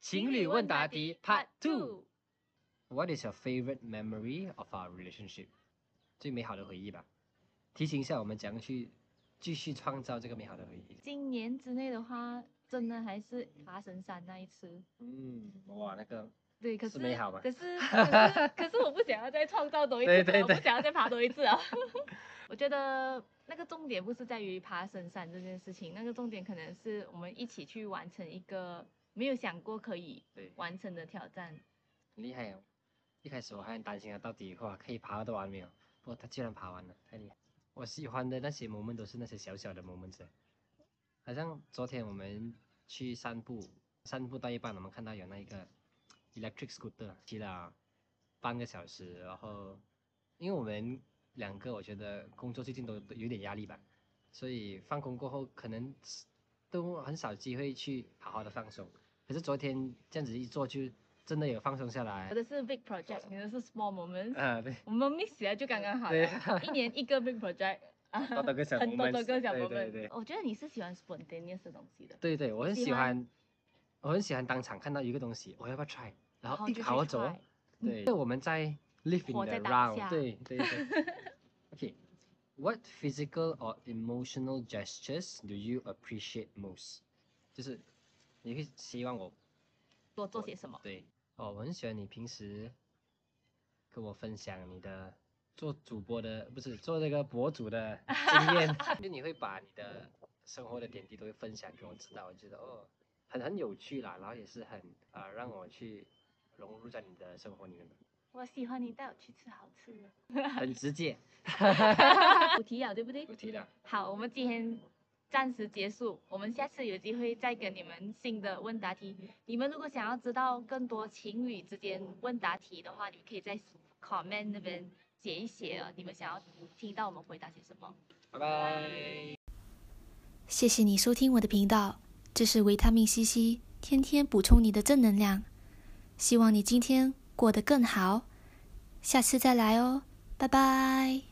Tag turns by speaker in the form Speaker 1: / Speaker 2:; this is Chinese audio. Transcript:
Speaker 1: 情侣问答题 Part Two。What is your favorite memory of our relationship？最美好的回忆吧。提醒一下我们怎样去继续创造这个美好的回忆。
Speaker 2: 今年之内的话，真的还是爬神山那一次。
Speaker 1: 嗯，哇，那个
Speaker 2: 对，可
Speaker 1: 是美好吗
Speaker 2: 可是可 是可是我不想要再创造多一次
Speaker 1: 对
Speaker 2: 了，
Speaker 1: 对对
Speaker 2: 我不想要再爬多一次 啊。我觉得那个重点不是在于爬神山这件事情，那个重点可能是我们一起去完成一个没有想过可以
Speaker 1: 对，
Speaker 2: 完成的挑战。
Speaker 1: 很厉害哦。一开始我还很担心啊他到底哇可以爬到完没有，不过他居然爬完了，太厉害。我喜欢的那些 moment 都是那些小小的 moment，哎好像昨天我们去散步，散步到一半，我们看到有那一个 electric scooter 骑了半个小时，然后因为我们两个我觉得工作最近都都有点压力吧，所以放工过后可能都很少机会去好好的放松。可是昨天这样子一做，就真的有放松下来
Speaker 2: 我。的是 big project，你的是 small moment，、s
Speaker 1: 啊，对，
Speaker 2: 我们 mix 起来就刚刚好
Speaker 1: 对
Speaker 2: 了，一年一个 big project，啊
Speaker 1: 多多个小
Speaker 2: 很多
Speaker 1: moments，
Speaker 2: 多个小
Speaker 1: 对
Speaker 2: moment。
Speaker 1: 对对
Speaker 2: 我觉得你是喜欢 spontaneous 的东西的。
Speaker 1: 对对，我很
Speaker 2: 喜
Speaker 1: 喜
Speaker 2: 欢
Speaker 1: 欢，我很喜欢当场看到一个东西，我要不要 try，然后
Speaker 2: 后
Speaker 1: 一
Speaker 2: 就
Speaker 1: 好
Speaker 2: 去
Speaker 1: 我走
Speaker 2: try 嗯
Speaker 1: 哦，对，我们在 live in the
Speaker 2: 活在当
Speaker 1: round，
Speaker 2: 下
Speaker 1: 对对 对。Okay, what physical or emotional gestures do you appreciate most？就是你会希望我
Speaker 2: 多做些什么？
Speaker 1: 对哦，我很喜欢你平时跟我分享你的做主播的，不是做那个博主的经验，就你会把你的生活的点滴都会分享给我知道，我觉得哦，很很有趣啦，然后也是很啊、呃让我去融入在你的生活里面吧，
Speaker 2: 我喜欢你带我去吃好吃 的。
Speaker 1: 很直接，
Speaker 2: 五题啊了，对不对
Speaker 1: 不？提了，
Speaker 2: 好，我们今天暂时结束，我们下次有机会再跟你们新的问答题。你们如果想要知道更多情侣之间问答题的话，你们可以在 comment 那边写一写哦，你们想要听到我们回答些什么。
Speaker 1: 拜拜。
Speaker 3: 谢谢你收听我的频道，这是维他命西西，天天补充你的正能量。希望你今天过得更好，下次再来哦，拜拜。